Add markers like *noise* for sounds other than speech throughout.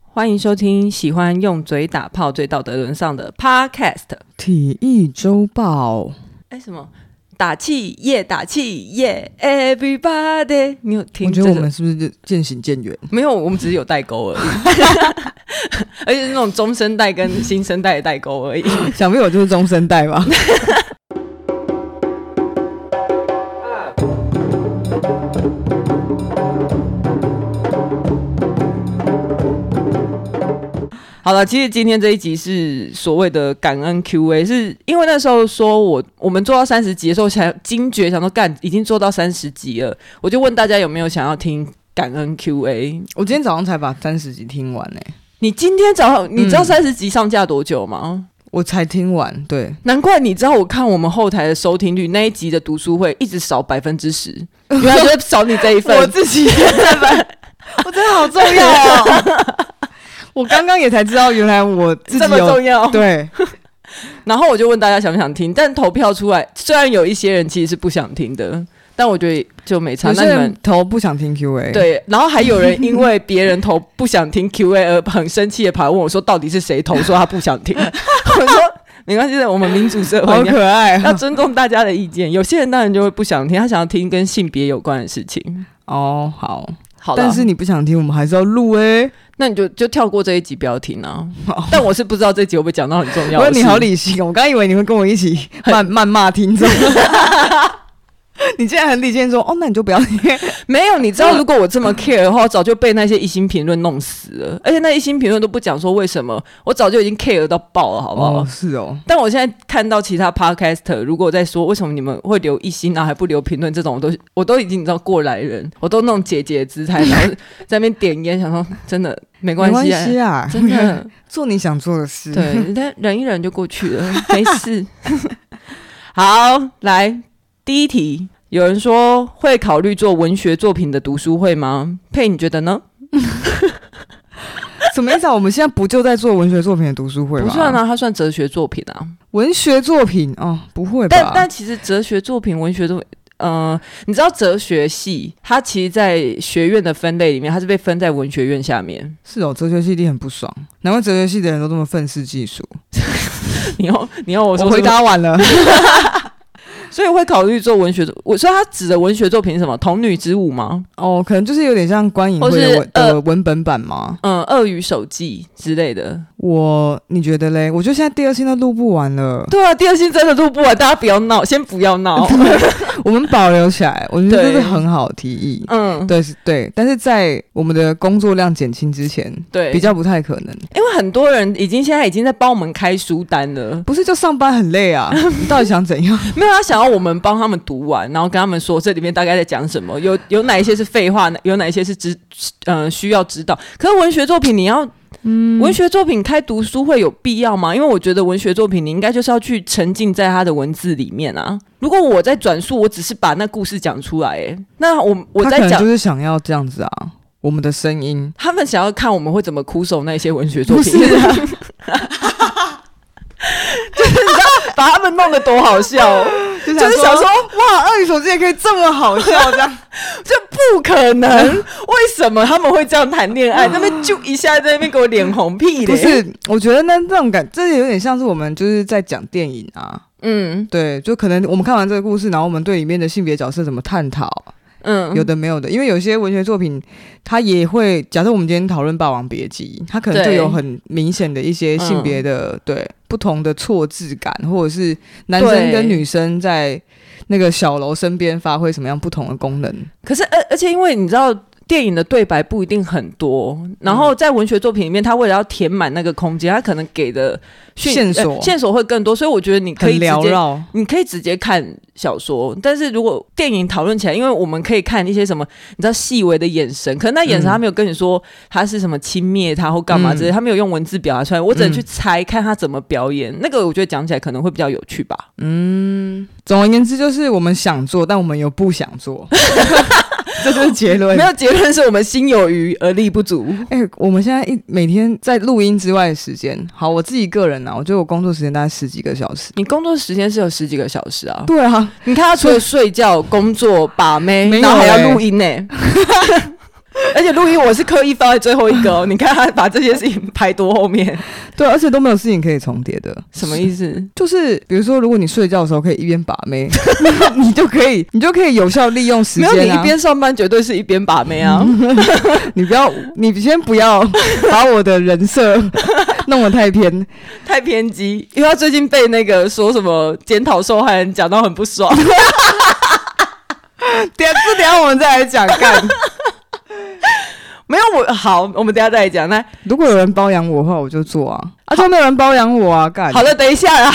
欢迎收听喜欢用嘴打炮、最道德沦丧的 Podcast。体育周报，哎，什么？打气耶，打气耶，Everybody！你有听我这觉得我个们？是不是就渐行渐远？ *laughs* 没有，我们只是有代沟而已，而且是那种中生代跟新生代的代沟而已。想必我就是中生代吧。好了，其实今天这一集是所谓的感恩 Q&A，是因为那时候说我我们做到三十集的时候才惊觉，想说干已经做到三十集了，我就问大家有没有想要听感恩 Q&A。 *laughs* 我今天早上才把三十集听完欸呢、你今天早上你知道嗯三十集上架多久吗？我才听完。对，难怪你知道，我看我们后台的收听率那一集的读书会一直少百分之 *laughs* 十，原来就是少你这一份。自己也在翻， *laughs* 我真的好重要哦。 *laughs* 我刚刚也才知道，原来我自己这么有重要，对，然后我就问大家想不想听，但投票出来，虽然有一些人其实是不想听的，但我觉得就没差。有那些你人们头不想听 Q&A，，对，然后还有人因为别人投不想听 Q&A 而很生气的跑来问我说，到底是谁投说他不想听？ *laughs* 我说没关系的，我们民主社会好你要 *laughs* 可爱要哦尊重大家的意见。有些人当然就会不想听，他想要听跟性别有关的事情。哦。好，好啦，但是你不想听，我们还是要录哎、那你就就跳过这一集不要听啊好。但我是不知道这集会不会讲到很重要不的过事。你好理性，哦，我刚以为你会跟我一起 *laughs* 谩谩骂听众，你竟然很理性地说哦，那你就不要听。没有，你知道，如果我这么 care 的话，我早就被那些一星评论弄死了。而且那一星评论都不讲说为什么，我早就已经 care 到爆了，好不好？哦，是哦，但我现在看到其他 podcaster 如果在说为什么你们会留一星啊，还不留评论这种，我都我都已经你知道过来人，我都那种姐姐的姿态，然后在那边点烟，想说真的没没关系、啊，*laughs* 系啊，真的做你想做的嗯事。对，但忍一忍就过去了， *laughs* 没事。好，来第一题，有人说会考虑做文学作品的读书会吗？佩，你觉得呢？什么意思啊？我们现在不就在做文学作品的读书会吗？不算啊，它算哲学作品啊。文学作品哦，不会吧？但但其实哲学作品、文学作品。呃，你知道哲学系它其实，在学院的分类里面，它是被分在文学院下面。 *laughs* 是哦，哲学系一定很不爽，难怪哲学系的人都这么愤世嫉俗。你要你要我我说回什么，答完了， *laughs* 所以会考虑做文学作。我所以它指的文学作品是什么？童女之舞吗？哦，可能就是有点像观影或会是的文呃的文本版嘛。嗯，鳄鱼手记之类的。我你觉得嘞？我觉得现在第二性都录不完了， *laughs* 对啊，第二性真的录不完，大家不要闹，先不要闹。 *laughs* 我们保留起来，我觉得对这是很好的提议。嗯，对，是对，但是在我们的工作量减轻之前，对，比，较不太可能。因为很多人已经现在已经在帮我们开书单了，不是就上班很累 *laughs* 啊？你到底想怎样？没有他啊想要我们帮他们读完，然后跟他们说这里面大概在讲什么，有有哪一些是废话，有哪一些是知嗯、需要知道。可是文学作品你要。嗯，文学作品开读书会有必要吗？因为我觉得文学作品你应该就是要去沉浸在他的文字里面啊。如果我在转述，我只是把那故事讲出来、欸，那我我他在可能讲就是想要这样子啊，我们的声音。他们想要看我们会怎么苦守那些文学作不品，是、啊， *laughs* 把他们弄得多好笑、 *laughs* 哦，就就是想说哇，二语手机也可以这么好笑，这样这不可能！为什么他们会这样谈恋爱？那边就一下在那边给我脸红屁 *laughs* 啊不嘞！是？我觉得那那种感，这有点像是我们就是在讲电影啊，嗯对，就可能我们看完这个故事，然后我们对里面的性别角色怎么探讨，嗯，有的没有的，因为有些文学作品，它也会假设我们今天讨论《霸王别姬》，它可能就对有很明显的一些性别的、嗯对不同的错置感，或者是男生对跟女生在那个小楼身边发挥什么样不同的功能。可是而而且因为你知道。电影的对白不一定很多，然后在文学作品里面，他为了要填满那个空间，他可能给的讯线索呃线索会更多，所以我觉得你可很以直缭接绕，你可以直接看小说，但是如果电影讨论起来，因为我们可以看一些什么，你知道细微的眼神，可能那眼神嗯他没有跟你说他是什么轻蔑他或干嘛之类，他没有用文字表达出来，我只能去猜看他怎么表演。那个我觉得讲起来可能会比较有趣吧。总而言之，就是我们想做，但我们又不想 *laughs* 做，这就是结论没。有结论是我们心有余而力不足。哎、我们现在一每天在录音之外的时间，好，我自己个人呢、啊，我觉得我工作时间大概十几个小时。你工作时间是有十几个小时啊？对啊，你看他除了睡觉、工作、把妹，没有然后还要欸录音呢、 *laughs* 而且录音我是刻意放在最后一个哦，你看他把这些事情排多后面，对，而且都没有事情可以重叠的。什么意思？就是比如说，如果你睡觉的时候可以一边把 *laughs* 妹，你就可以，你就可以有效利用时没有，你间、啊。一边上班绝对是一边把妹 *laughs* 啊。你不要，你先不要把我的 *laughs* 人设弄得太偏。太偏激，因为他最近被那个说什么检讨受害人讲到很不爽，等下这等下我们再来讲。干， *laughs* 没有我好，我们等一下再来讲。来， *laughs* 如果有人包养我的话，我就做啊。啊，就没有人包养我啊，干。好了，等一下啦，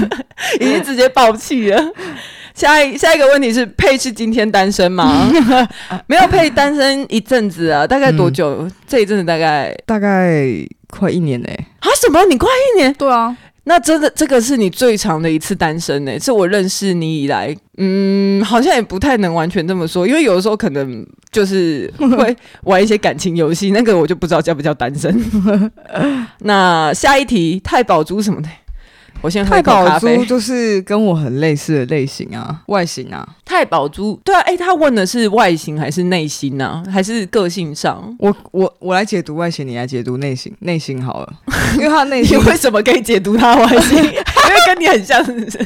*laughs* 已经直接爆气了。下一下一个问题是佩是今天单身吗？ *laughs* 没有佩单身一阵子啊，大概多久？这一阵子大概大概快一年嘞、啊什么？你快一年？对啊，那真的这个是你最长的一次单身呢、是我认识你以来，嗯，好像也不太能完全这么说，因为有的时候可能就是会 *laughs* 玩一些感情游戏，那个我就不知道叫不叫单身。 *laughs* 那下一题，太宝珠什么的，我先喝太一口宝咖珠啡。就是跟我很类似的类型啊，外形啊。太宝珠，对啊，哎、他问的是外形还是内心呢、啊？还是个性上？ *laughs* 我我我来解读外形，你来解读内心，内心好了，因为他内你心为什么可以解读他外形？ *laughs* 因为跟你很像，是 *laughs* 不是？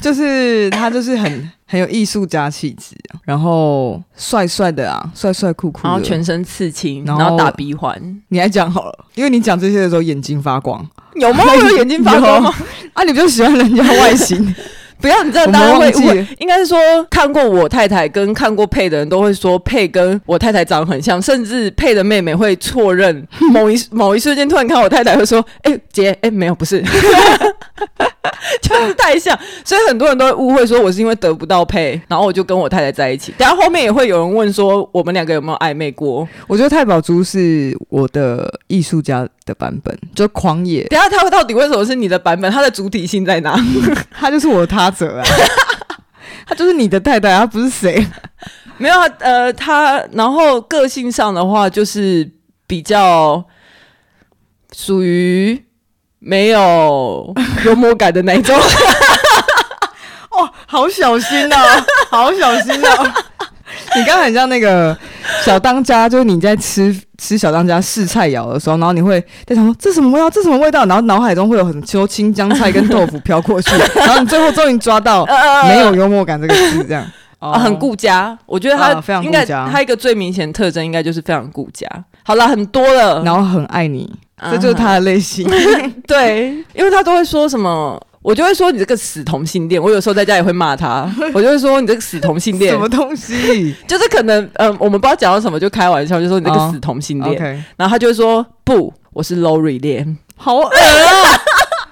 就是他就是很很有艺术家气质啊，然后帅帅的啊，帅帅酷酷然后的。全身刺青，然然后后打鼻环，你来讲好了，因为你讲这些的时候眼睛发光有 *laughs* 吗？我有眼睛发光吗？ *laughs* 啊，你不就喜欢人家外形？不要，你知道我们大家忘会记会了，应该是说看过我太太跟看过佩的人都会说佩跟我太太长得很像，甚至佩的妹妹会错 *laughs* 认某一某一瞬间，突然看我太太会说：“哎、姐，哎、没有，不 *laughs* 是。”就是太像，所以很多人都会误会说我是因为得不到配，然后我就跟我太太在一起。然后后面也会有人问说我们两个有没有暧昧过？ *laughs* 我觉得太宝珠是我的艺术家的版本，就狂野，等一下他到底为什么是你的版本？它的主体性在哪？ *laughs* 他就是我的他者啊， *laughs* 他就是你的太太，他不是谁。没有，啊，呃，他然后个性上的话，就是比较属于没 *laughs* 有幽默感的那一种。哇、哦好小心 *laughs* 哦，好小心哦！你刚才很像那个小当家，就是你在吃吃小当家试菜肴的时候，然后你会在想说这什么味道，这什么味道，然后脑海中会有很多青江菜跟豆腐飘过去， *laughs* 然后你最后终于抓到呃没有幽默感这个字，这样、 *laughs* 哦啊很顾家。我觉得他、啊非常顾应该家他一个最明显的特征应该就是非常顾家。好啦，很多了，然后很爱你，啊这就是他的类 *laughs* 型。 *laughs* 对，因为他都会说什么。我就会说你这个死同性恋，我有时候在家也会骂 *laughs* 他，我就会说你这个死同性恋什，么东西就是可能，嗯，我们不知道讲到什么就开玩笑，就说你这个哦死同性恋， ？OK，然后他就会说不，我是 Lori 恋，好恶啊，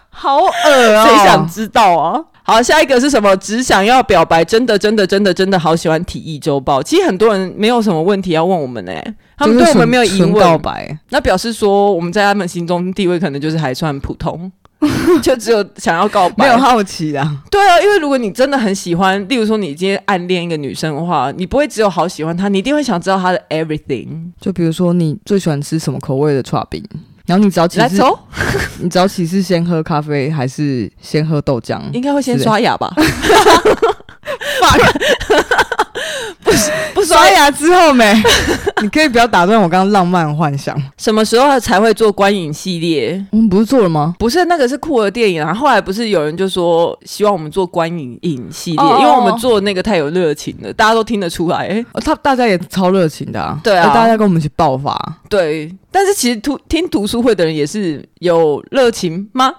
好恶啊！谁想知道啊？哦好，下一个是什么？只想要表白，真的，真的，真的，真的好喜欢体液周报。其实很多人没有什么问题要问我们哎、他们就是对我们纯没有疑纯告问，白，那表示说我们在他们心中地位可能就是还算普通， *laughs* 就只有想要告白。没有好奇啊。对啊，因为如果你真的很喜欢，例如说你今天暗恋一个女生的话，你不会只有好喜欢她，你一定会想知道她的 everything。就比如说你最喜欢吃什么口味的刨冰，然后你早起来是，走， *laughs* 你早起是先喝咖啡还是先喝豆浆？应该会先是刷牙 *laughs* 吧？不 *laughs* 刷牙之后没？你可以不要打断我刚刚浪漫的幻想。什么时候才会做观影系列？我们不是做了吗？不是那个是酷儿电影啊，后来不是有人就说希望我们做观影影系列，哦哦哦因为我们做那个太有热情了，大家都听得出来。欸哦他大家也超热情的、啊，对啊而大家跟我们一起爆发，对，但是其实读听读书会的人也是有热情吗？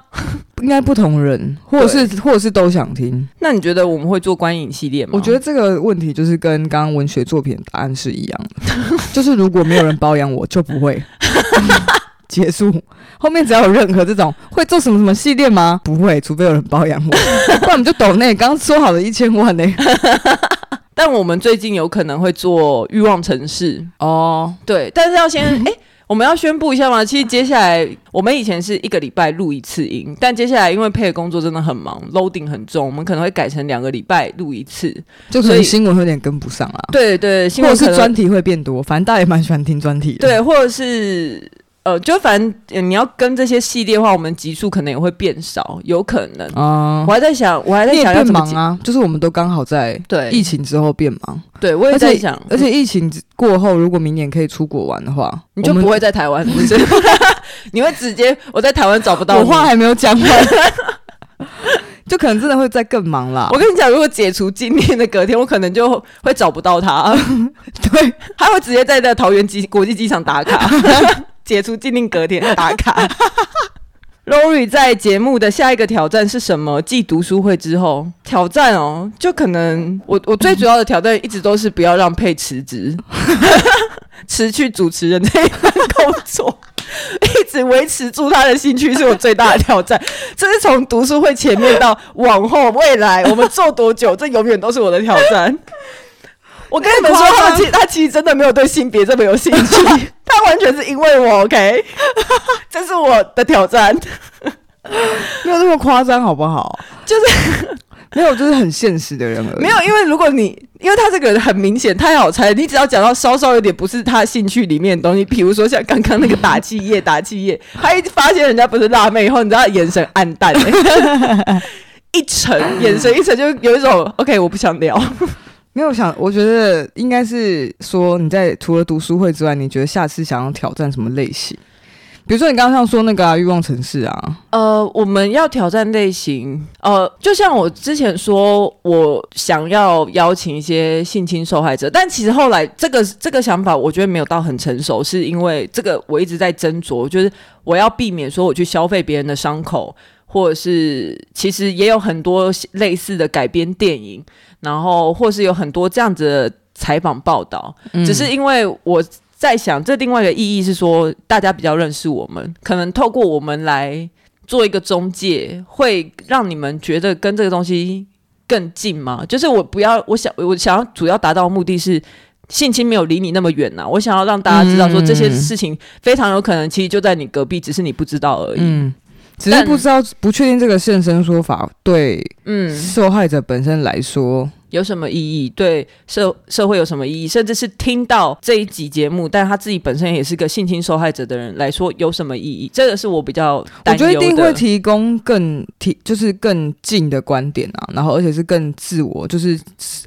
应该不同人，或者是或者是都想听。那你觉得我们会做观影系列吗？我觉得这个问题就是跟刚刚文学作品的答案是一样的， *laughs* 就是如果没有人包养我，就不会 *laughs* 结束。后面只要有任何这种会做什么什么系列吗？不会，除非有人包养我， *laughs* 不然我们就抖内。刚刚说好的一千万 *laughs* 呢、但我们最近有可能会做欲望城市，哦，对，但是要先哎、诶我们要宣布一下吗？其实接下来我们以前是一个礼拜录一次音，但接下来因为配的工作真的很忙，loading 很重，我们可能会改成两个礼拜录一次。就可所以能新闻会有点跟不上啦，啊对对，新或闻者可能是专题会变多，反正大家也蛮喜欢听专题的。对，或者是呃，就反正呃你要跟这些系列的话，我们集数可能也会变少，有可能。啊我。还在想，我还在你也想要变怎么忙解啊，就是我们都刚好在疫对，嗯情之后变忙，对我也而在且想，而且疫情过后，如果明年可以出国玩的话，你就我们不会在台湾，是不是？ *laughs* 你会直接我在台湾找不到我你话还没有 *laughs* 讲完，就可能真的会再更忙啦我。跟你讲，如果解除禁令的隔天，我可能就会找不到他。对，他会直接在那桃园机国际机场打卡。解除禁令隔天打卡。Lori 在节目的下一个挑战是什么？继读书会之后，挑战哦，就可能我我最主要的挑战一直都是不要让佩辞职，辞去主持人这一份工作， *laughs* 一直维持住他的兴趣是我最大的挑战。 *laughs* 这是从读书会前面到往后未来，我们做多久，这永远都是我的挑 *laughs* 战。我跟你们说，太夸张他其他其实真的没有对性别这么有兴 *laughs* 趣，他完全是因为我 OK，这是我的挑战。没有那么夸张，好不好？就是 *laughs* 没有，就是很现实的人而已。没有，因为如果你因为他这个人很明显太好猜，你只要讲到稍稍有点不是他兴趣里面的东西，比如说像刚刚那个打气液，打气液，他一发现人家不是辣妹以后，你知道他眼神暗淡、 *laughs* 欸一沉，眼神一沉，就有一种 OK，我不想聊。没有想，我觉得应该是说你在除了读书会之外，你觉得下次想要挑战什么类型？比如说你刚刚像说那个啊，欲望城市啊，呃，我们要挑战类型，呃，就像我之前说，我想要邀请一些性侵受害者，但其实后来这个这个想法，我觉得没有到很成熟，是因为这个我一直在斟酌，就是我要避免说我去消费别人的伤口，或者是其实也有很多类似的改编电影，然后或是有很多这样子的采访报道，嗯只是因为我在想，这另外一个意义是说，大家比较认识我们，可能透过我们来做一个中介，会让你们觉得跟这个东西更近嘛。就是我不要，我想我想要主要达到的目的是。性侵没有离你那么远啊呐、我想要让大家知道，说嗯这些事情非常有可能，其实就在你隔壁，只是你不知道而已。嗯嗯，只是不知道不确定这个现身说法对嗯受害者本身来说，有什么意义？对社社会有什么意义？甚至是听到这一集节目，但他自己本身也是个性侵受害者的人来说，有什么意义？这个是我比较我担觉忧得的。一定会提供更提就是更近的观点啊，然后而且是更自我，就是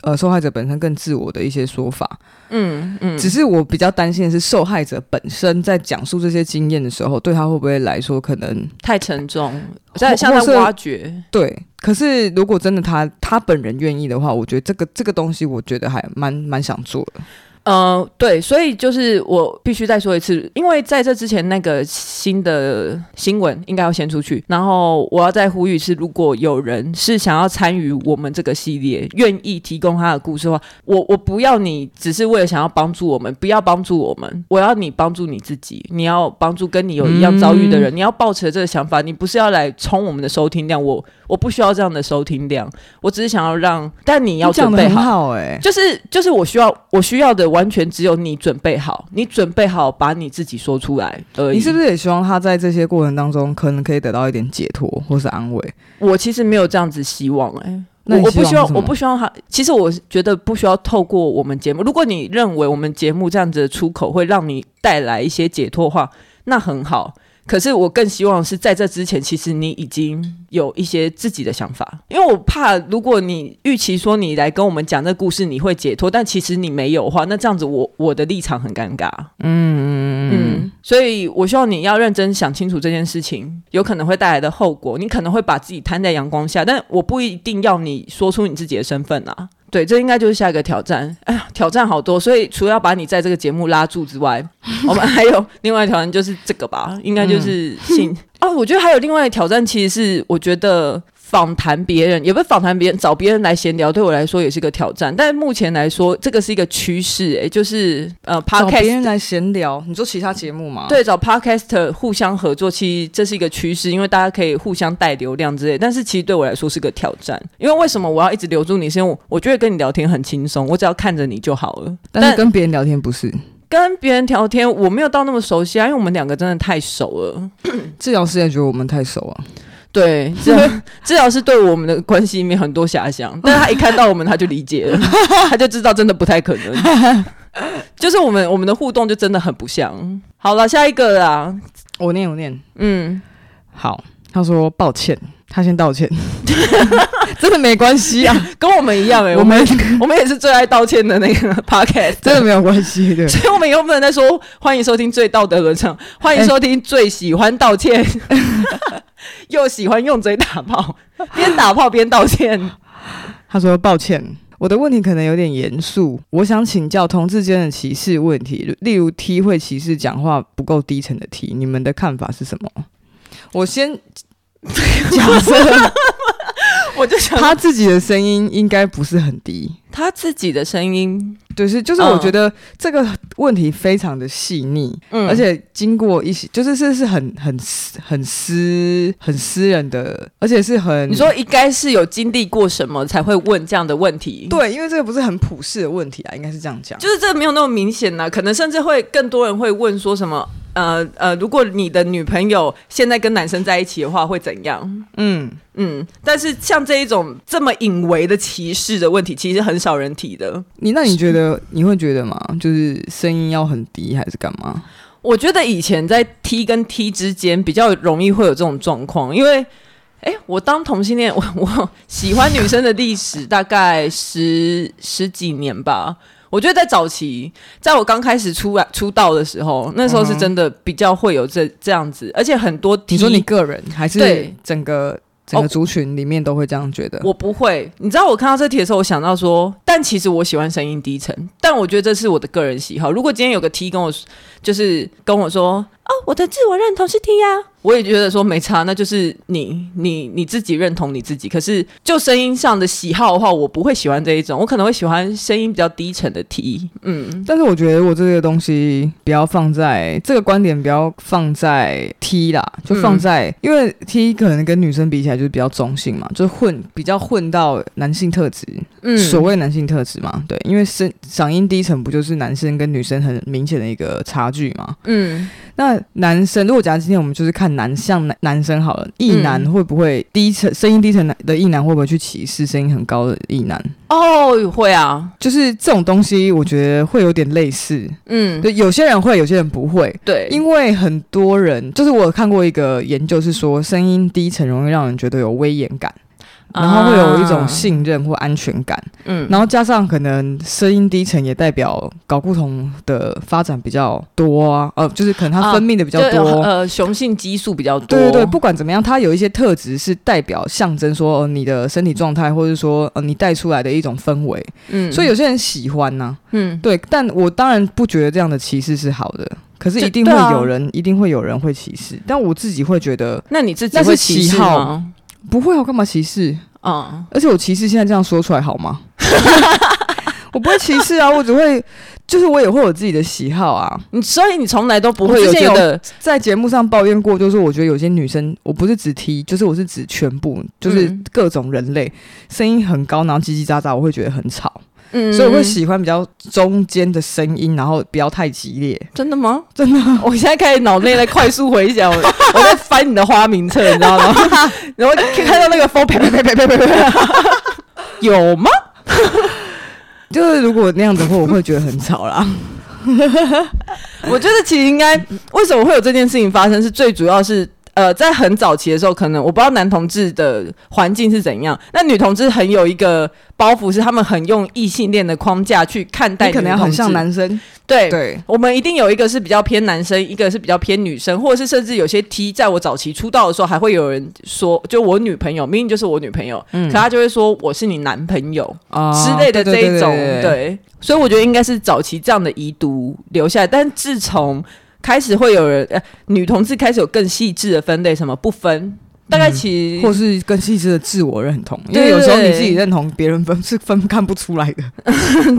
呃受害者本身更自我的一些说法。嗯嗯，只是我比较担心的是，受害者本身在讲述这些经验的时候，对他会不会来说可能太沉重，或在像或是在挖掘。对？可是如果真的他他本人愿意的话，我觉得这个这个东西，我觉得还蛮蛮想做的。呃，对，所以就是我必须再说一次，因为在这之前那个新的新闻应该要先出去，然后我要再呼吁是，如果有人是想要参与我们这个系列，愿意提供他的故事的话，我我不要你只是为了想要帮助我们，不要帮助我们，我要你帮助你自己，你要帮助跟你有一样遭遇的人，嗯你要抱持这个想法，你不是要来冲我们的收听量，我我不需要这样的收听量，我只是想要让，但你要你讲准备的很好。好哎、就是就是我需要我需要的完全只有你准备好，你准备好把你自己说出来而已。你是不是？是也希望他在这些过程当中，可能可以得到一点解脱或是安慰？我其实没有这样子希望哎、那我你我不希希望望是什么我不希望他。其实我觉得不需要透过我们节目。如果你认为我们节目这样子的出口会让你带来一些解脱的话，那很好。可是我更希望是在这之前，其实你已经有一些自己的想法，因为我怕如果你预期说你来跟我们讲这故事你会解脱，但其实你没有的话，那这样子我我的立场很尴尬。嗯嗯，所以我希望你要认真想清楚这件事情有可能会带来的后果。你可能会把自己摊在阳光下，但我不一定要你说出你自己的身份啊。对，这应该就是下一个挑战。哎呀，挑战好多，所以除了要把你在这个节目拉住之 *laughs* 外，我们还有另外一个挑战就是这个嗯吧，应该就是性。 *laughs* 哦，我觉得还有另外的挑战，其实是我觉得访谈别人，也不是访谈别人，找别人来闲聊，对我来说也是个挑战。但目前来说，这个是一个趋势、哎，就是呃找别，podcast 人来闲聊，你说其他节目吗？，对，找 podcaster 互相合作，其实这是一个趋势，因为大家可以互相带流量之类。但是其实对我来说是个挑战，因为为什么我要一直留住你？是因为我我觉得跟你聊天很轻松，我只要看着你就好了。但但是跟别人聊天不是。跟别人聊天，我没有到那么熟悉啊，因为我们两个真的太熟了。治疗师也觉得我们太熟啊，对，治疗治疗师对我们的关 *laughs* 系没有很多遐想，但是他一看到我们，他就理解了，他就知道真的不太可能。就是我们我们的互动就真的很不像。好了，下一个啦，我念我念，嗯，好，他说抱歉，他先道歉， *laughs* 真的没关 *laughs* 系啊，跟我们一样哎、我我们们 *laughs* 我们也是最爱道歉的那个 *laughs* podcast，真的没有关系的。所以我们以后不能再说欢迎收听最道德沦丧，欢迎收听最喜欢道歉， *laughs* 又喜欢用嘴打炮，边打炮边道歉。他说抱歉。我的问题可能有点严肃，我想请教同志间的歧视问题，例如 T 会歧视讲话不够低沉的 T，你们的看法是什么？我先 *laughs* 假 *laughs* 设我就想他自己的声音应该不是很低，他自己的声音，对，是就是嗯我觉得这个问题非常的细腻，嗯而且经过一些就是这是很很私很私很私人的，而且是很你说应该是有经历过什么才会问这样的问题，，对，因为这个不是很普世的问题啊，应该是这样讲。就是这没有那么明显呐、啊可能甚至会更多人会问说什么。呃呃，如果你的女朋友现在跟男生在一起的话，会怎样？嗯，嗯，但是像这一种这么隐微的歧视的问题，其实很少人提的。你那你觉得你会觉得吗？就是声音要很低还是干嘛？我觉得以前在 T 跟 T 之间比较容易会有这种状况，因为，哎，我当同性恋，我我喜欢女生的历史大概十十几年吧。我觉得在早期，在我刚开始出来出道的时候，那时候是真的比较会有这这样子，而且很多 T，你说你个人还是对哦整个整个族群里面都会这样觉得？我不会，你知道我看到这题的时候，我想到说，但其实我喜欢声音低沉，但我觉得这是我的个人喜好。如果今天有个 T 跟我说就是跟我说，哦，我的自我认同是 T 呀、我也觉得说没差，那就是你你你自己认同你自己。可是就声音上的喜好的话，我不会喜欢这一种，我可能会喜欢声音比较低沉的 T。嗯，但是我觉得我这个东西不要放在这个观点，不要放在 T 啦，就放嗯在、因为 T 可能跟女生比起来就是比较中性嘛，就是混比较混到男性特质，嗯所谓男性特质嘛，对，因为声嗓音低沉不就是男生跟女生很明显的一个差距嘛？嗯，那男生如果假如今天我们就是看男像男男生好了，异男嗯会不会低沉声音低沉的异男会不会去歧视声音很高的异男？哦，会啊，就是这种东西，我觉得会有点类似，嗯，对，有些人会，有些人不会。对，因为很多人，就是我有看过一个研究是说，声音低沉容易让人觉得有威严感，然后会有一种啊，信任或安全感，嗯，然后加上可能声音低沉也代表睾固酮的发展比较多啊，呃，就是可能它啊分泌的比比较多，呃，雄性激素比较多，对对对，不管怎么样，它有一些特质是代表象征说、呃、你的身体状态，或者说呃你带出来的一种氛围，嗯，所以有些人喜欢呢、嗯。对，但我当然不觉得这样的歧视是好的，可是这一定会对啊有人，一定会有人会歧视。但我自己会觉得那你自己那是会歧喜视好吗？不会啊，我干嘛歧视？嗯，而且我歧视现在这样说出来好吗？ *laughs* 我不会歧视啊，我只会就是我也会有自己的喜好啊。你所以你从来都不我会之有前觉有得，在节目上抱怨过，就是我觉得有些女生，我不是指 T，就是我是指全部，就是嗯各种人类，声音很高，然后叽叽喳喳，我会觉得很吵，嗯所以我会喜欢比较中间的声音，然后不要太激烈。真的吗？真的，我现在开始脑内在快速回 *laughs* 想，我我在翻你的花名册，你知道吗？然后看到那个风，啪啪啪啪啪啪 *laughs* 啪，有吗？就是如果那样子的话，我会觉得很 *laughs* 吵啦。我觉得其实应该，为什么会有这件事情发生，是最主要是。呃，在很早期的时候，可能我不知道男同志的环境是怎样，那女同志很有一个包袱，是他们很用异性恋的框架去看待你女同可志，能要很像男生，对对，我们一定有一个是比较偏男生，一个是比较偏女生，或者是甚至有些 T，在我早期出道的时候，还会有人说，就我女朋友，明明就是我女朋友，嗯可他就会说我是你男朋友、啊之类的这一种，对所以我觉得应该是早期这样的遗毒留下来，但自从开始会有人，呃，女同志开始有更细致的分类，什么不分，大概 *laughs* 其实、嗯或是更细致的自我认同，因对为有时候你对自己认同，别人分是分看不出 *laughs* 来的。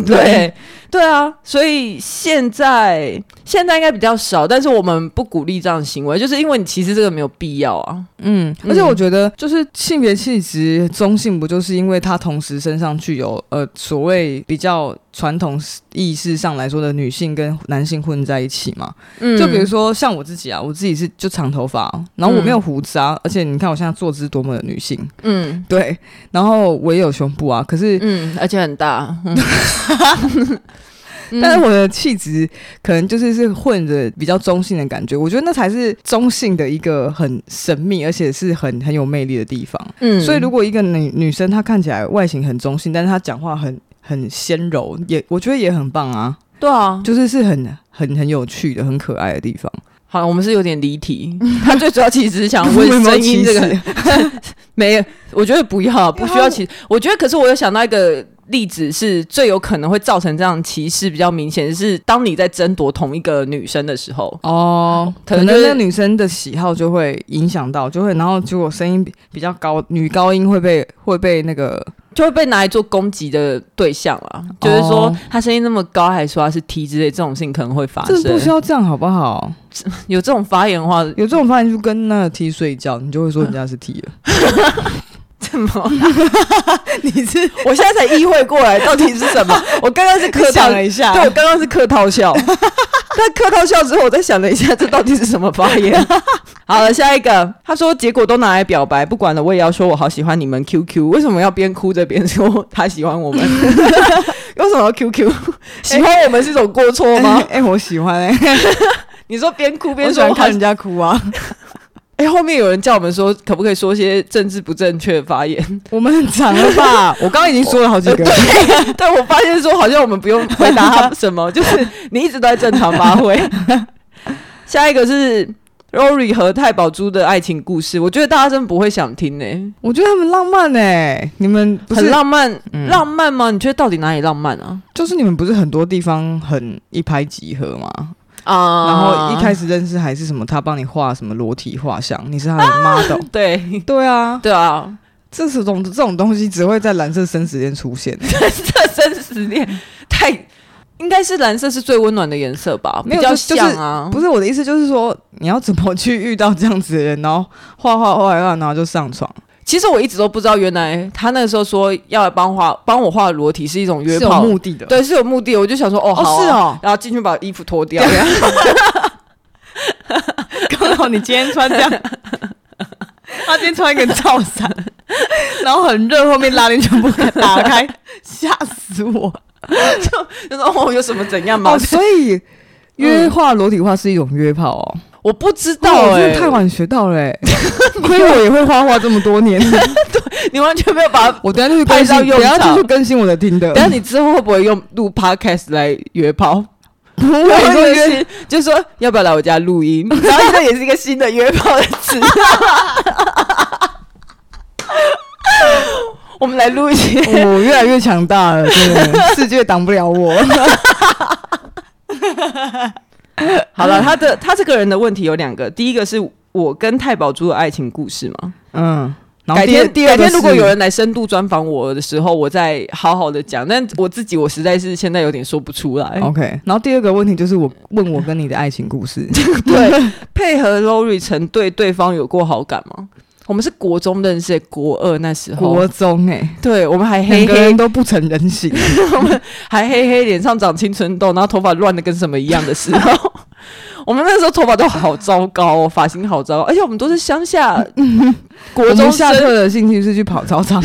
对对啊，所以现在现在应该比较少，但是我们不鼓励这样的行为，就是因为你其实这个没有必要啊。嗯，而且我觉得就是性别气质中性，不就是因为它同时身上具有呃所谓比较传统意识上来说的女性跟男性混在一起嘛？嗯就比如说像我自己啊，我自己是就长头发，然后我没有胡子啊，而且你看我现在坐姿多么的女性，嗯对，然后我也有胸部啊，可 *laughs* 是嗯，而且很大，嗯但是我的气质可能就是是混着比较中性的感觉，我觉得那才是中性的一个很神秘，而且是很很有魅力的地方。嗯所以如果一个女女生她看起来外形很中性，但是她讲话很很纤柔，也我觉得也很棒啊，对啊，就是是很很很有趣的、很可爱的地方。好，我们是有点离题。 *laughs* 他最主要其实是想 *laughs* 问我有没有声音这歧个视， *laughs* 没有，我觉得不要，不需因为要他歧。我觉得，可是我有想到一个例子，是最有可能会造成这样歧视比较明显，是当你在争夺同一个女生的时候。哦，可可能能就是那个女生的喜好就会影响到，就会然后结果声音比比较高，女高音会被会被那个就会被拿来做攻击的对象啊，就是说哦他声音那么高，还说他是 T 之类，这种事情可能会发这不需生。要这样好不好？有这种发言的 *laughs* 话，有这种发现就跟那个 T 睡觉，你就会说人家是 T 了。怎么？ *laughs* 你是 *laughs* 我现在才意会过来到底是什 *laughs* 么。我刚刚是客套想了一下，对，我刚刚是客套 *laughs* 笑，但客套笑之后，我再想了一下，这到底是什么发言？ *laughs* 好了，下一个，他说结果都拿来表白，不管了，我也要说我好喜欢你们 QQ，为什么要边哭着边说他喜欢我 *laughs* 们？为什么要 QQ？喜欢我们是一种过错吗？哎、 *laughs* 我喜欢哎、你说边哭边我喜说欢我好看人家哭啊。哎、后面有人叫我们说，可不可以说些政治不正确的发言？ *laughs* 我们很长了吧？ *laughs* 哦我刚刚已经说了好几个。 *laughs* 但我发现说，好像我们不用回答他什么，就是你一直都在正常发 *laughs* 挥。下一个是 Rory 和太宝珠的爱情故事，我觉得大家真不会想听呢、欸我觉得他们浪漫哎、你们不很是浪漫，嗯浪漫吗？你觉得到底哪里浪漫啊？就是你们不是很多地方很一拍即合吗？啊然后一开始始认识还是什么，他帮你画什么裸体画像，你是他的 *laughs* model。对对啊，对啊，这是种这种东西只会在蓝色生死恋出现、 *laughs* 这真实恋太应该是蓝色是最温暖的颜色吧，比没有较就像啊。不是我的意思，就是说你要怎么去遇到这样子的人，然后画画画一画，然后就上床，其实我一直都不知道，原来他那个时候说要来帮画帮我画裸体是一种约是有炮，目的的。对，是有目的的。我就想说，哦，啊哦，好啊、是哦，然后进去把衣服脱掉。 *laughs* 刚好你今天穿这样， *laughs* 他今天穿一个罩衫，然后很热，后面拉链全部打开，吓死我！ *laughs* 就说哦，有什么怎样嘛？哦，所以约画裸体画是一种约炮哦。 *laughs* 我不知哇道我真哎、的太晚学到了、 *laughs* 欸，亏我也会画画这么多 *laughs* 年。你完全没有 *laughs* 把它。我等一下就去更派到新，用等一下场就去更新我的听的。等一下你之后会不会用录 podcast 来约 *laughs* 炮？不会然后就说约是就说要不要来我家录音？ *laughs* 然后这也是一个新的约炮的词。 *laughs* 我们来录一些 *laughs* 我越来越强大了，真 *laughs* 的，世界挡不了我。 *laughs* 好 *laughs* 了，他的他这个人的问题有两个，第一个是我跟太宝珠的爱情故事嘛。嗯，然后改天第改二天天如果有人来深度专访我的时候，我再好好的讲。但我自己我实在是现在有点说不出来。 OK，然后哎第二个问题就是我问我跟你的爱情 *laughs* 故事，对，配合 Lori 曾对对方有过好感吗？我们是国中认识，国二那时候，国中哎、对我们还两黑个人黑，都不成人形，还黑黑，脸上长青春痘，然后头发乱的跟什么一样的时候， *laughs* 我们那时候头发都好糟糕哦，发型好糟糕，而且我们都是乡 *laughs* 下国我中们下生课的兴趣是去跑操场，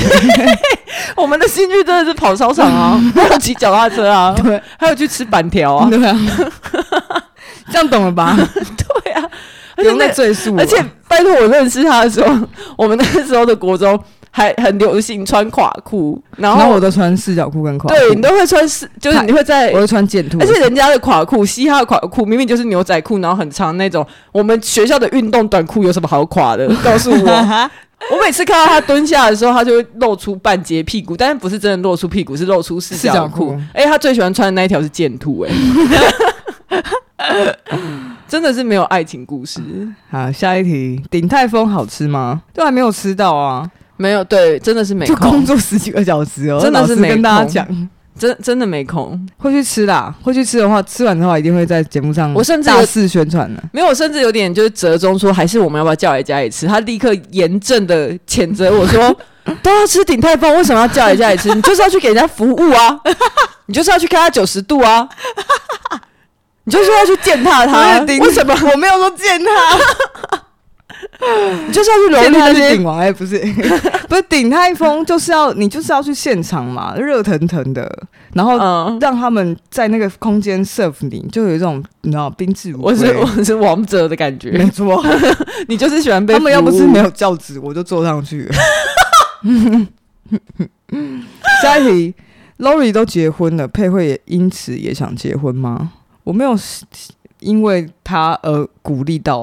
我们的兴趣真的是跑操场 *laughs* 啊，还有骑脚踏车啊，对还有去吃板条啊，对啊，这样懂了 *laughs* 吧？对啊，不而且用那再赘述了，而且拜托我认识他的时候，我们那时候的国中还很流行穿垮裤，然然后后我都穿四角裤跟垮裤，对你都会穿是，就是你会在我。都穿简兔，而且人家的垮裤，嘻哈的垮裤明明就是牛仔裤，然后很长那种。我们学校的运动短裤有什么好垮 *laughs* 的？告诉我，我每次看到他蹲下的时候，他就会露出半截屁股，但是不是真的露出屁股，是露出四四角角裤裤。哎、他最喜欢穿的那一条是剑兔、 *laughs* 哎，真的是没有爱情故事， *laughs* 好，下一题，鼎泰丰好吃吗？都还没有吃到啊，没有对，真的是没就工空，作十几个小时哦，真的是老实跟没大家空讲。真真的没空。会去吃啦，会去吃的话，吃完的话一定会在节目上我甚至有大肆宣传的。没有，我甚至有点就是折中说，还是我们要不要叫来家里吃？他立刻严正的谴责我 *laughs* 说，都要吃鼎泰丰，为什么要叫来家里吃？你就是要去给人家服务 *laughs* 啊，你就是要去开他九十度啊，你就是要去践踏他，不是鼎为什么？我没有说见 *laughs* 他，你就是要去蹂见躏他那是些顶王哎、 *laughs* 不是，不是顶泰丰，就是要你就是要去现场嘛，热腾腾的，然后嗯，让他们在那个空间 serve 你，就有一种你知道宾至如我是归。我是王者的感觉 *laughs* 没，错，你就是喜欢被 *laughs* 他们要不服是务没有教职，我就坐上去了。 *laughs* 下一题，Lori 都结婚了，佩慧也因此也想结婚吗？我没有因为他而鼓励到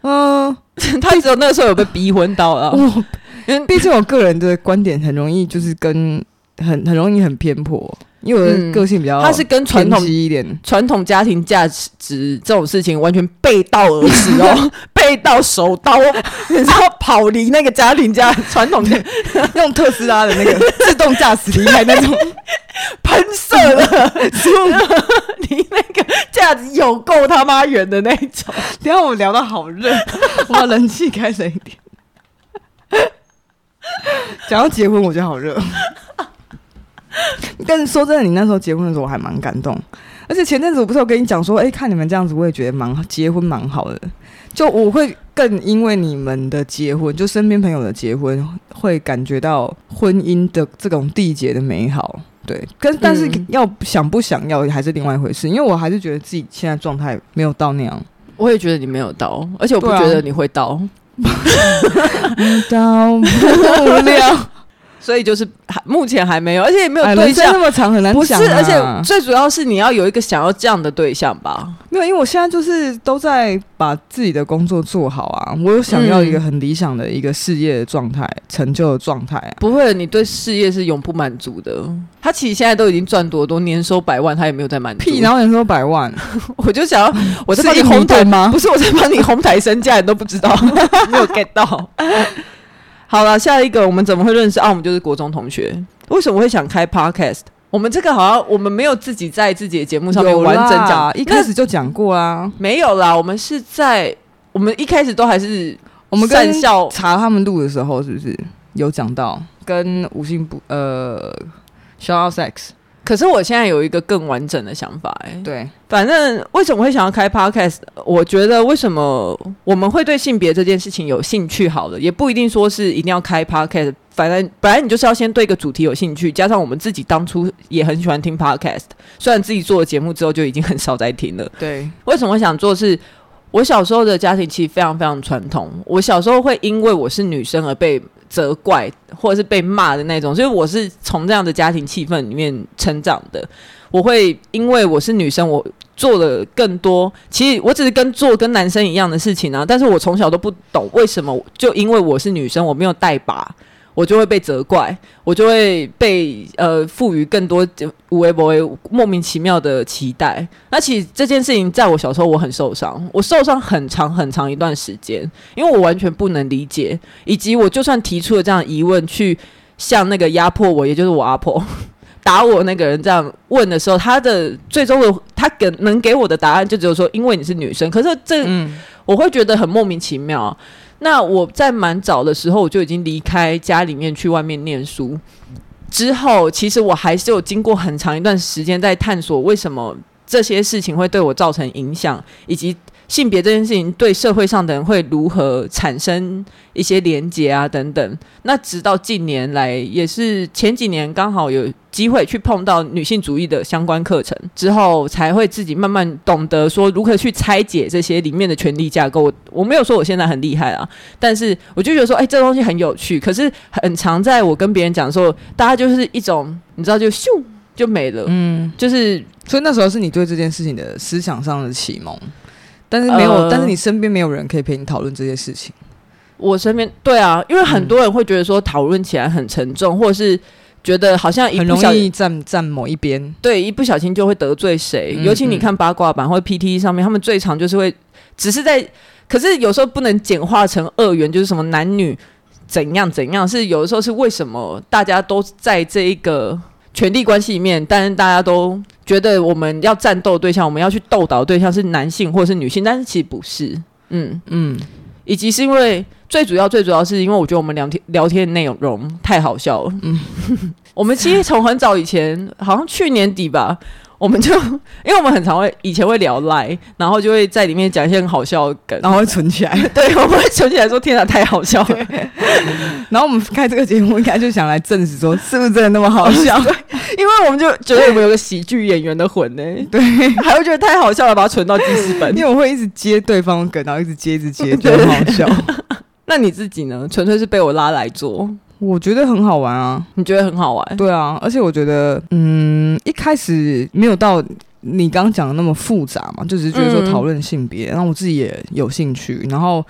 哦，嗯、他只有那个时候有被逼婚到了，我因为 *laughs* 毕竟我个人的观点很容易就是跟很很容易很偏颇，因为我的嗯个性比较他是跟传偏统激一点， *laughs* 传统家庭价值这种事情完全背道而驰 *laughs* 哦，背道手刀，哦 *laughs* 你知道跑离那个家庭家传统家用特斯拉的那个自动驾驶离开那 *laughs* 种，喷射了， *laughs* 离那个价值有够他妈远的那一种。 *laughs* 等一下我们聊到好热，我把冷气开冷一点。讲到结婚，我觉得好热。但是说真的，你那时候结婚的时候，我还蛮感动。而且前阵子我不是有跟你讲说，哎、看你们这样子，我也觉得蛮结婚蛮好的。就我会更因为你们的结婚，就身边朋友的结婚，会感觉到婚姻的这种缔结的美好。对，跟但是嗯要想不想要还是另外一回事，因为我还是觉得自己现在状态没有到那样。我也觉得你没有到，而且我不对啊觉得你会到，到无聊，所以就是还目前还没有，而且也没有哎，对人生象。那么长很难不是讲、啊，，而且最主要是你要有一个想要这样的对象吧。没有，因为我现在就是都在把自己的工作做好啊，我有想要一个很理想的一个事业的状态、成就的状态啊。不会，你对事业是永不满足的。他其实现在都已经赚多多，年收百万，他也没有在满足。屁，然后人说百万，我就想要，我在是帮你印尼哄抬盾吗不是我在帮你哄抬身价，你都不知道，啊 *laughs* 没有 get 到。好了，下一个我们怎么会认识啊？我们就是国中同学。为什么会想开 podcast？我们这个好像我们没有自己在自己的节目上面有啦完整讲，一开始就讲过啊。没有啦。我们是在我们一开始都还是我们跟善笑查他们录的时候，是不是有讲到跟五星不呃 s h o u t out sex 可是我现在有一个更完整的想法、欸，对反正为什么会想要开 podcast？我觉得为什么我们会对性别这件事情有兴趣？好了，也不一定说是一定要开 podcast。反正本来你就是要先对一个主题有兴趣，加上我们自己当初也很喜欢听 podcast，虽然自己做了节目之后就已经很少在听了。对，为什么想做是？我小时候的家庭其实非常非常传统，我小时候会因为我是女生而被责怪或者是被骂的那种，所以我是从这样的家庭气氛里面成长的。我会因为我是女生，我做了更多，其实我只是跟做跟男生一样的事情啊，但是我从小都不懂为什么，就因为我是女生，我没有带把。我就会被责怪，我就会被呃赋予更多呃无为不为莫名其妙的期待。那其实这件事情在我小时候我很受伤，我受伤很长很长一段时间，因为我完全不能理解，以及我就算提出了这样的疑问去向那个压迫我，也就是我阿婆打我那个人这样问的时候，他的最终的他给能给我的答案就只有说，因为你是女生。可是这嗯，我会觉得很莫名其妙。那我在蛮早的时候，我就已经离开家里面去外面念书。之后，其实我还是有经过很长一段时间在探索为什么这些事情会对我造成影响，以及性别这件事情对社会上的人会如何产生一些连结啊等等。那直到近年来，也是前几年刚好有机会去碰到女性主义的相关课程之后，才会自己慢慢懂得说如何去拆解这些里面的权力架构。我我没有说我现在很厉害啊，但是我就觉得说，哎、这东西很有趣。可是很常在我跟别人讲的时候，大家就是一种你知道就咻就没了，嗯，就是所以那时候是你对这件事情的思想上的启蒙，但是没有，呃但是你身边没有人可以陪你讨论这些事情。我身边对啊，因为嗯很多人会觉得说讨论起来很沉重，或者是觉得好像一很不容小易站站某一边。对，一不小心就会得罪谁。嗯尤其你看八卦版或 PTT E 上面，他们最常就是会只是在，可是有时候不能简化成二元，就是什么男女怎样怎样，是有的时候是为什么大家都在这一个权力关系里面，但是大家都觉得我们要战斗对象，我们要去斗倒对象是男性或是女性，但是其实不是，嗯。嗯，以及是因为最主要最主要是因为我觉得我们聊天聊天的内容 *laughs* 太好笑了。嗯，我们其实从很早以前，好像去年底吧，我们就 *laughs* 因为我们很常会以前会聊赖，然后就会在里面讲一些很好笑的梗，然后会存起来。 *laughs* 对我们会存起来说天哪太好笑了，然后我们开这个节目，应该就想来证实说，是不是真的那么 *laughs* 好笑？因为我们就觉得我们有个喜剧演员的魂呢、对，还会觉得太好笑了，把它存到记事本 *laughs* 因。为我会一直接对方的梗，然后一直接，一直接，就很好笑。 *laughs* 那你自己呢？纯粹是被我拉来做，我觉得很好玩啊，你觉得很好玩？对啊，而且我觉得，嗯，一开始没有到你刚刚讲的那么复杂嘛，就只是觉得说嗯讨论性别，然后我自己也有兴趣，然后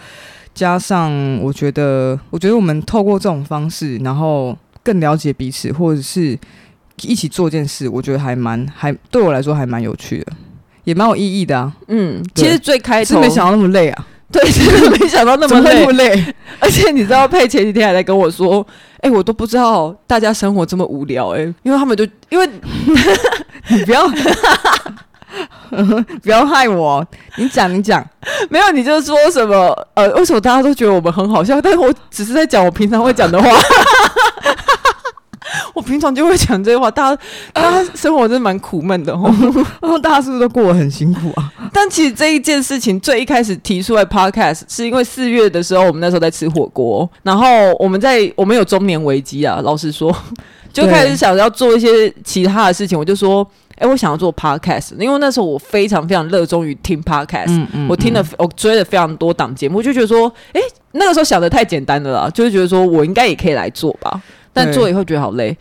加上我觉得，我觉得我们透过这种方式，然后更了解彼此，或者是一起做件事，我觉得还蛮还对我来说还蛮有趣的，也蛮有意义的啊，嗯，对其实最开是头没想到那么累啊， *laughs* 对，真的没想到那怎么会累那么，累？ *laughs* *laughs* 而且你知道佩前几天还在跟我说，哎、我都不知道大家生活这么无聊、哎，因为他们就因为你不要 *laughs* 不要害我，哦你讲你讲。 *laughs* 没有，你就说什么呃，为什么大家都觉得我们很好笑？但是我只是在讲我平常会讲的话。我平常就会讲这些话，大家大家生活真的蛮苦闷的哦。然后大家是不是都过得很辛苦啊？ *laughs* 但其实这一件事情最一开始提出来 podcast 是因为四月的时候，我们那时候在吃火锅，然后我们在我们有中年危机啊，老实说， *laughs* 就开始想要做一些其他的事情，我就说，哎、我想要做 podcast，因为那时候我非常非常热衷于听 podcast，、嗯嗯我听了，我追了非常多档节目，就觉得说，哎、那个时候想的太简单了啦，就是觉得说我应该也可以来做吧，但对做以后觉得好累。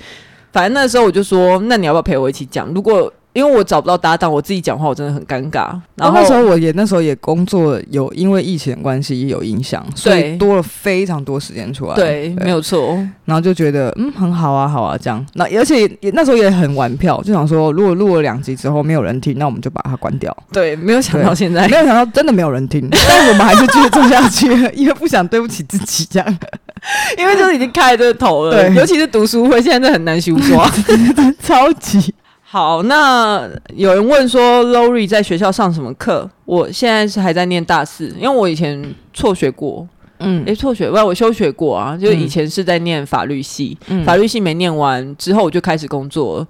反正那时候我就说，那你要不要陪我一起讲？如果因为我找不到搭档，我自己讲话我真的很尴尬。然然后、后那时候我也那时候也工作有因为疫情的关系也有影响，所以对多了非常多时间出来。对，没有，有错，然后就觉得嗯很好啊好啊这样，那而且也也那时候也很玩票，就想说如果录了两集之后没有人听，那我们就把它关 *laughs* 掉。对，没有想到现在没有想到真的没有人听，但我们还是继续做下去，因为不想对不起自己这样。 *laughs* *laughs* 因为就是已经开了这个头了，对尤其是读书会，现在真的很难修刷。超级好，那有人问说，Lori 在学校上什么课？我现在是还在念大四，因为我以前辍学过，嗯诶，辍学，不，我休学过啊，就是以嗯前是在念法律系，嗯法律系没念完之后，我就开始工作了。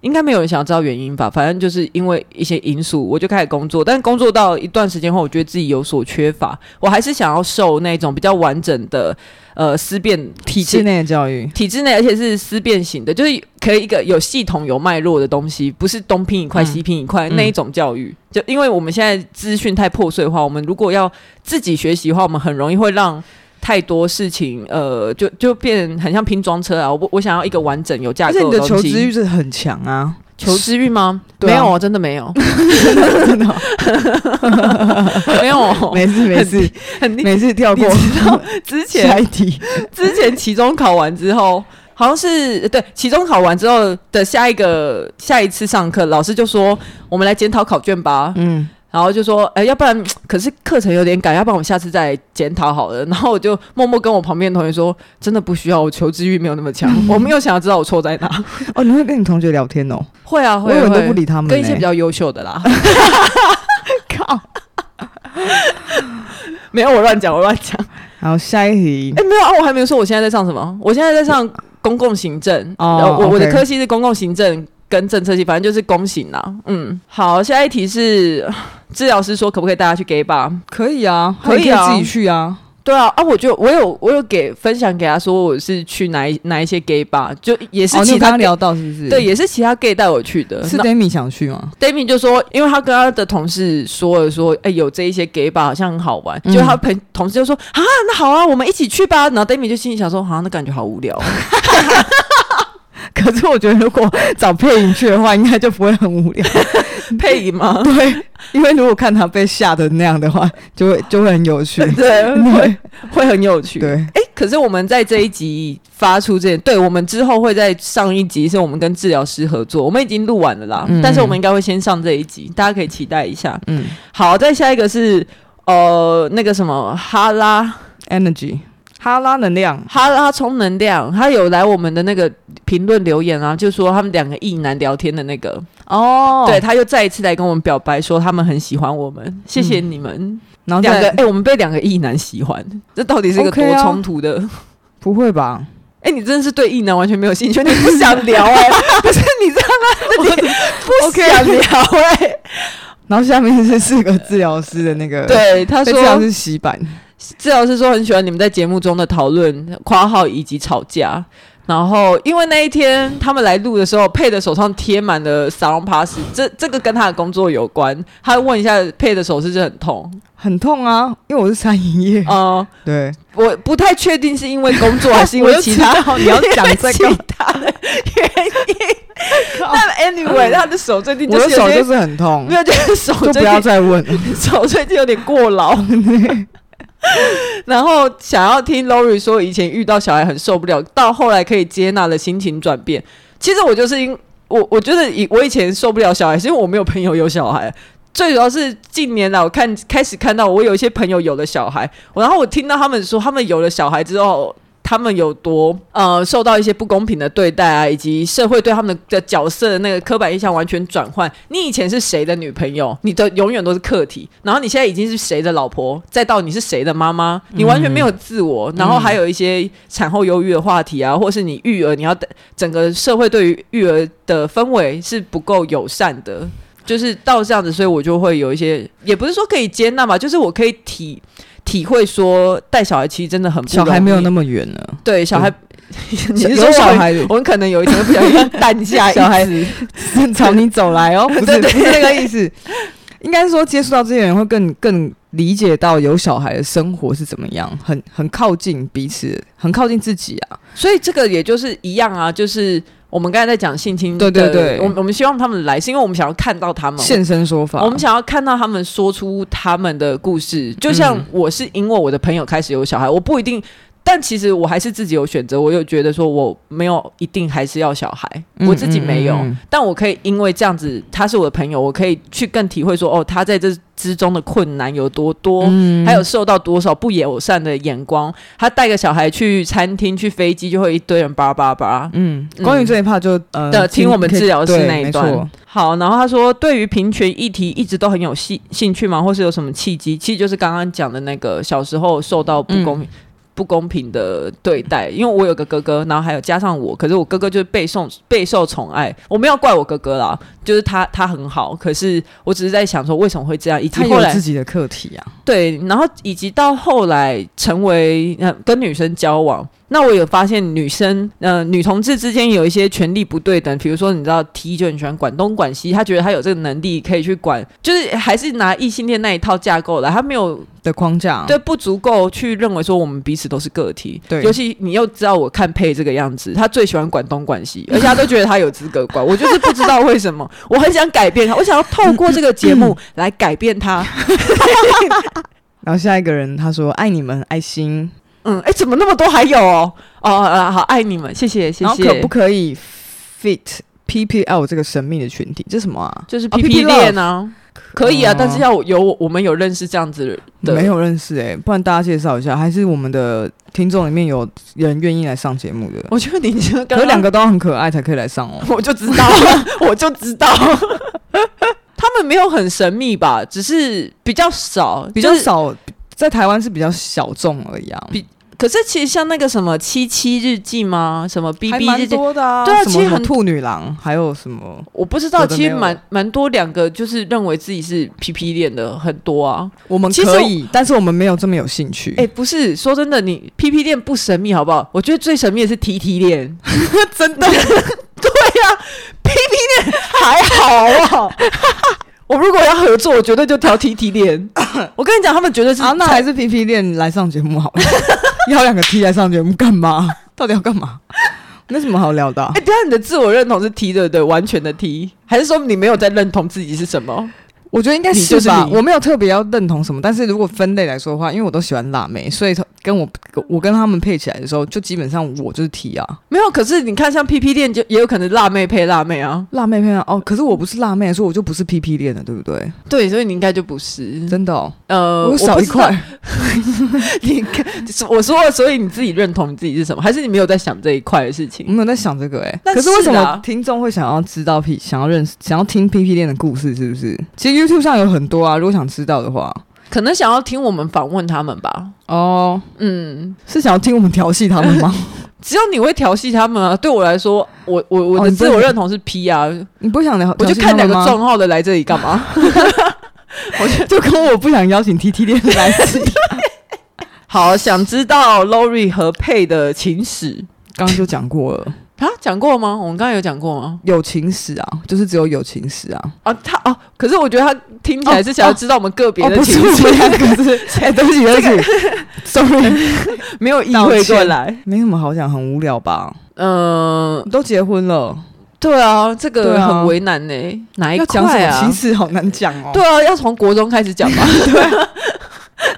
应该没有人想知道原因吧，反正就是因为一些因素，我就开始工作。但工作到一段时间后，我觉得自己有所缺乏，我还是想要受那种比较完整的呃思辨体体制内的教育，体制内，而且是思辨型的，就是可以一个有系统、有脉络的东西，不是东拼一块、嗯西拼一块、嗯那一种教育。就因为我们现在资讯太破碎的话，我们如果要自己学习的话，我们很容易会让太多事情，呃，就就变很像拼装车啊！我不我想要一个完整、有架而且构你的东求西知欲是很强啊，求知欲吗？对啊 *laughs* 没有哦，真的没有， *laughs* *laughs* 真的哦没有哦， *laughs* 没事没 *laughs* 事， *laughs* 很厉害。每次跳过，之前下一题。之前期中考完之后，好像是呃对期中考完之后的下一个下一次上课，老师就说我们来检讨考卷吧，嗯，然后就说哎、要不然可是课程有点赶，要不然我们下次再检讨好了。然后我就默默跟我旁边的同学说，真的不需要，我求知欲没有那么 *laughs* 强，我没有想要知道我错在哪。哦，你会跟你同学聊天哦？会啊，我会以为啊你会都不理他们呢，跟一些比较优秀的啦，靠。 *laughs* 没有我乱讲，我乱讲。好，下一题哎、，没有啊，我还没有说我现在在上什么，我现在在上公共行政。哦呃我我的 OK 科系是公共行政跟政策系，反正就是公行啦。嗯，好，下一题是治疗师说可不可以带他去 gay bar？可以啊，可以啊自己去啊。对啊，啊，我就我有我有给分享给他说我是去哪一哪一些 gay bar，就也是哦，你其有跟他他 gay- 聊到是不呃是？对，，也是其他 gay 带我去的。是那 Demi 想去吗？ Demi 就说，因为他跟他的同事说了说，哎、有这一些 gay 吧，好像很好玩。嗯就他朋同事就说，啊，那好啊，我们一起去吧。然后 Demi 就心里想说，好、啊，那感觉好无聊哦。可是我觉得如果找配音去的话，应该就不会很 *laughs* 无聊。配音 *laughs* 吗？对，因为如果看他被吓的那样的话，就会就会很有 *laughs* 趣。对，会对会很有趣。嗯对，哎，可是我们在这一集发出之前，对我们之后会在上一集是我们跟治疗师合作，我们已经录完了啦，嗯但是我们应该会先上这一集，大家可以期待一下。嗯好，再下一个是呃那个什么哈拉，energy，哈拉能量，哈拉充能量，他有来我们的那个评论留言啊，就说他们两个异男聊天的那个，哦对，对，他又再一次来跟我们表白说他们很喜欢我们，谢谢你们，然后哦两再个哎、我们被两个异男喜欢，这到底是一个多 OK 啊冲突的？不会吧？哎、你真的是对异男完全没有兴趣，你不想聊哎、 *laughs* 不是你知道吗？你不 OK 想聊哎、然后下面是四个治疗师的那个，，对，他治说疗师洗版，治疗师说很喜欢你们在节目中的讨论、括号以及吵架。然后，因为那一天他们来录的时候，佩的手上贴满了撒隆巴斯，这这个跟他的工作有关。他问一下佩的手是不是很痛？很痛啊，因为我是餐饮业，嗯，对，我不太确定是因为工 *laughs* 作还是因为我就其知他道你要讲因这为个其他的原 *laughs* 因。但 anyway，他的手最近我就是的有手点就是很痛没，有，就是手就最不近要再问了。手最近有点过劳， *laughs* 然后想要听 Lori 说以前遇到小孩很受不了，到后来可以接纳的心情转变。其实我就是因我我觉得以我以前受不了小孩，是因为我没有朋友有小孩。最主要是近年来，我看开始看到我有一些朋友有了小孩，我然后我听到他们说，他们有了小孩之后，他们有多呃受到一些不公平的对待啊，以及社会对他们的角色的那个刻板印象完全转换。你以前是谁的女朋友，你的永远都是客体，然后你现在已经是谁的老婆，再到你是谁的妈妈，你完全没有自我。然后还嗯有一些产后忧郁的话题啊，或是你育儿，你要整个社会对于育儿的氛围是不够友善的。就是到这样子，所以我就会有一些，也不是说可以接纳嘛，就是我可以体体会说带小孩其实真的很不小孩没有那么么远 *laughs* 了，对小孩，你有小孩我们可能有一天会不小心 *laughs* 诞下一小孩子， *laughs* 朝你走来哦，不对对是不是那个意思， *laughs* 应该说接触到这些人会更更理解到有小孩的生活是怎么样，很很靠近彼此，很靠近自己啊。所以这个也就是一样啊，就是我们刚才在讲性侵的，对对对我们我们希望他们来，是因为我们想要看到他们，现身说法，嗯我们想要看到他们说出他们的故事，就像嗯我是因为我的朋友开始有小孩，我不一定，但其实我还是自己有选择，我有觉得说我没有一定还是要小孩，嗯我自己没有，嗯嗯嗯但我可以因为这样子，他是我的朋友，我可以去更体会说哦，他在这之中的困难有多多，嗯还有受到多少不友善的眼光，他带个小孩去餐厅、去飞机，就会一堆人叭叭叭。嗯，关于这一趴就呃，的听我们治疗师对那一没段错。好，然后他说，对于平权议题一直都很有兴兴趣吗？或是有什么契机？其实就是刚刚讲的那个小时候受到不公、嗯不公平的对待，因为我有个哥哥，然后还有加上我，可是我哥哥就是备受备受宠爱，我没有怪我哥哥啦，就是他他很好，可是我只是在想说为什么会这样，以及他后有来自己的课题啊，对，然后以及到后来成为、呃、跟女生交往，那我有发现女生呃女同志之间有一些权力不对等，比如说你知道 T 就很喜欢管东管西，他觉得他有这个能力可以去管，就是还是拿异性恋那一套架构来，他没有的框架。啊对不足够去认为说我们彼此都是个体。嗯对尤其你又知道我看佩这个样子，他最喜欢管东管西，而且他都觉得他有资格管。我就是不知道为什么，我很想改变他，我想要透过这个节目来改变他。然后下一个人他说：“爱你们，爱心。嗯，哎，怎么那么多还有哦？哦，呃、好，爱你们，谢谢，”谢然后谢。可不可以 fit PPL 这个神秘的群体？这什么啊？就是哦 P P PP 恋啊？可以啊，哦但是要我有我我们有认识这样子的，没有认识哎、不然大家介绍一下，还是我们的听众里面有人愿意来上节目的？我觉得你这可刚是刚两，个都很可爱才可以来上哦。 *laughs* 我就知道， *laughs* 我就知 *laughs* 道，他们没有很神秘吧，只是比较少，比较就是。少，在台湾是比较小众而已啊，比可是其实像那个什么七七日记吗？什么 B 还 B 蛮日记，多的啊。对啊什其么实什么很兔女郎，还有什么？我不知道。有的其实没有蛮蛮多两个就是认为自己是 P P 恋的很多啊。我们其实可以，但是我们没有这么有兴趣。哎、不是，说真的，你 P P 恋不神秘好不好？我觉得最神秘的是 T T 恋，真的。对呀、p P 恋还好好不好？我如果要合作，我绝对就挑 T T 恋。我跟你讲，他们绝对是啊，那才还是 P P 恋来上节目好了。 *laughs* 要两个 T 来上节目干嘛？ *laughs* 到底要干嘛？没什么好聊的啊、哎、等一下你的自我认同是 T 对不对？完全的 T，还是说你没有在认同自己是什么？我觉得应该你是就是吧。你我没有特别要认同什么，但是如果分类来说的话，因为我都喜欢辣妹，所以跟我我跟他们配起来的时候，就基本上我就是 T 啊，没有，可是你看，像 P P 恋就也有可能辣妹配辣妹啊。辣妹配啊。哦，可是我不是辣妹，所以我就不是 P P 恋的，对不对？对，所以你应该就不是。真的哦，呃，我少不一知道块。。 *laughs* 你看，我说了，所以你自己认同你自己是什么，还是你没有在想这一块的事我情？没有在想这个哎、但可是为什是啊么听众会想要知道 P，想要认识，想要听 P P 恋的故事，是不是？其实 YouTube 上有很多啊，如果想知道的话，可能想要听我们访问他们吧。哦，嗯， *laughs* 是想要听我们调戏他们吗？只有你会调戏他们啊！对我来说，我我我哦的你自真的我认同是 P 啊，你不想聊？我就看两两个撞号的来这里干嘛？ *laughs* 就跟我不想邀请 T T 恋来是一样。好，想知道 Lori 和佩的情史刚刚就讲过了，啊？讲过吗？我们刚刚有讲过吗？友情史啊，就是只有友情史啊。啊，他哦、可是我觉得他听起来是想要知道我们个别哦，的不情是我史，们两个 *laughs* 是，哎，对不起，对不起，sorry，没有意会过来。没什么好讲，很无聊吧？嗯、都结婚了，对啊，这对个啊很为难呢、欸哪一要讲块什么啊情？史好难讲哦。对啊，要从国中开始讲吧。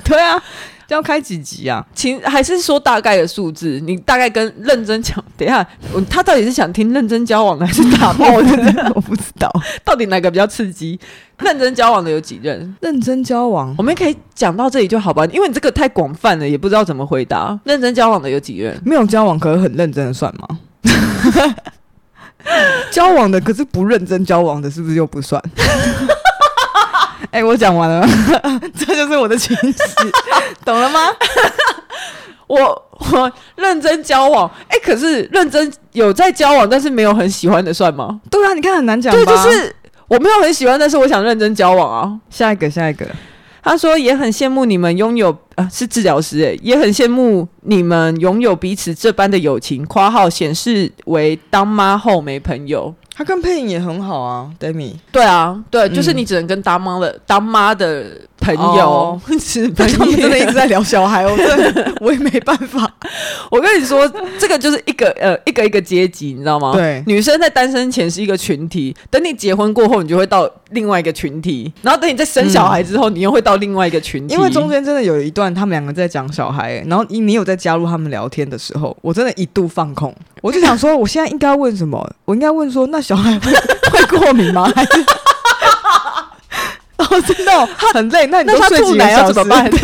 对啊，这要开几集 *laughs* 啊？情还是说大概的数字？你大概跟认真讲。等一下， *laughs* 我他到底是想听认真交往的，还是打 *laughs* 炮我的？哦真的 *laughs* 我不知道，到底哪个比较刺激？认真交往的有几任？认真交往我们可以讲到这里就好吧，因为你这个太广泛了，也不知道怎么回答。认真交往的有几任？没有交往，可是很认真的算吗？ *laughs* 交往的可是不认真交往的，是不是又不 *laughs* 算？哎、我讲完了， *laughs* 这就是我的情 *laughs* 史，懂了吗？我我认真交往，哎、可是认真有在交往，但是没有很喜欢的算吗？对啊，你看很难讲吧。对，就是我没有很喜欢，但是我想认真交往啊。下一个，下一个，他说也很羡慕你们拥有啊，是治疗师诶，也很羡慕你们拥有彼此这般的友情。括号显示为当妈后没朋友。他跟配音也很好啊，Demi。对啊，对，嗯就是你只能跟当妈的当妈的朋友 *laughs* 哦，是朋但 *laughs* 是他们真的一直 *laughs* 友。在聊小孩，我真 *laughs* 的我也没办法。我跟你说，这个就是一个呃一个一个阶级，你知道吗？对女生在单身前是一个群体，等你结婚过后，你就会到另外一个群体，然后等你再生小孩之后，你又会到另外一个群体。因为中间真的有一段他们两个在讲小孩、然后你你有在加入他们聊天的时候，我真的一度放空，我就想说，我现在应该问什么？我应该问说，那小孩会会过敏吗？还是？ *laughs* 哦，真的哦、很累，那你那都他睡吐几个奶小要时怎么办？？ *laughs*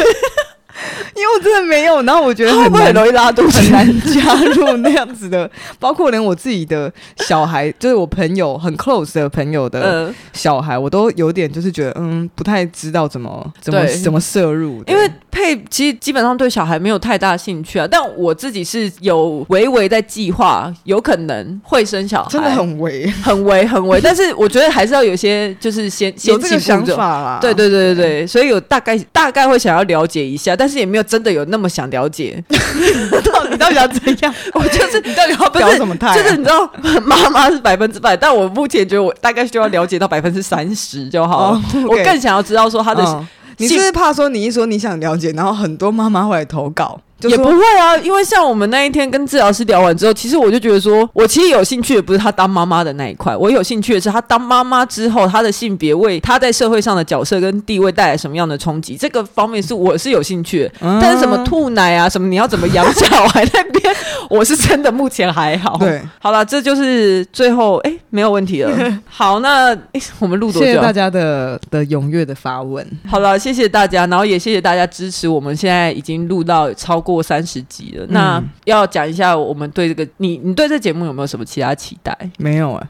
因为我真的没有，然后我觉 *laughs* 得会很不会难很容易拉 *laughs* 肚子？很 *laughs* 难加入那样子的，包括连我自己的小孩，就是我朋友很 close 的朋友的嗯，小孩，我都有点就是觉得，嗯，不太知道怎么怎么对怎么摄入的，因为佩其实基本上对小孩没有太大兴趣啊，但我自己是有微微在计划，有可能会生小孩，真的很违，很微很微，但是我觉得还是要有一些就是先先有这个起步想骤。法啦。对对对对对，所以有大概大概会想要了解一下，但是也没有真的有那么想了解。 *laughs* 对， *laughs* 你到底要怎样？我就是你到底要表什么态啊就是你知道妈妈是百分之百，但我目前觉得我大概需要了解到百分之三十就好了。哦我 OK 更想要知道说他的嗯你是不是怕说你一说你想了解，然后很多妈妈会来投稿，就也说不会啊，因为像我们那一天跟治疗师聊完之后，其实我就觉得说，我其实有兴趣的不是他当妈妈的那一块，我有兴趣的是他当妈妈之后，他的性别为他在社会上的角色跟地位带来什么样的冲击，这个方面是我是有兴趣的。嗯但是什么吐奶啊，什么你要怎么养小孩 *laughs* 那边，我是真的目前还好。对，好了，这就是最后哎、没有问题 *laughs* 了。好，那、哎我们录多谢久？谢大家的的踊跃的发问，嗯好了，谢谢大家，然后也谢谢大家支持。我们现在已经录到超过三十集了，那要讲一下我们对这个你你对这节目有没有什么其他期待？没有哎、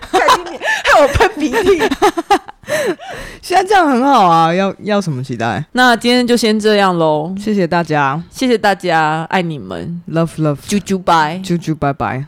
害我喷鼻涕。现在这样很好啊，要要什么期待？那今天就先这样喽，谢谢大家谢谢大家，爱你们， ，love love，啾啾拜。啾啾，拜拜。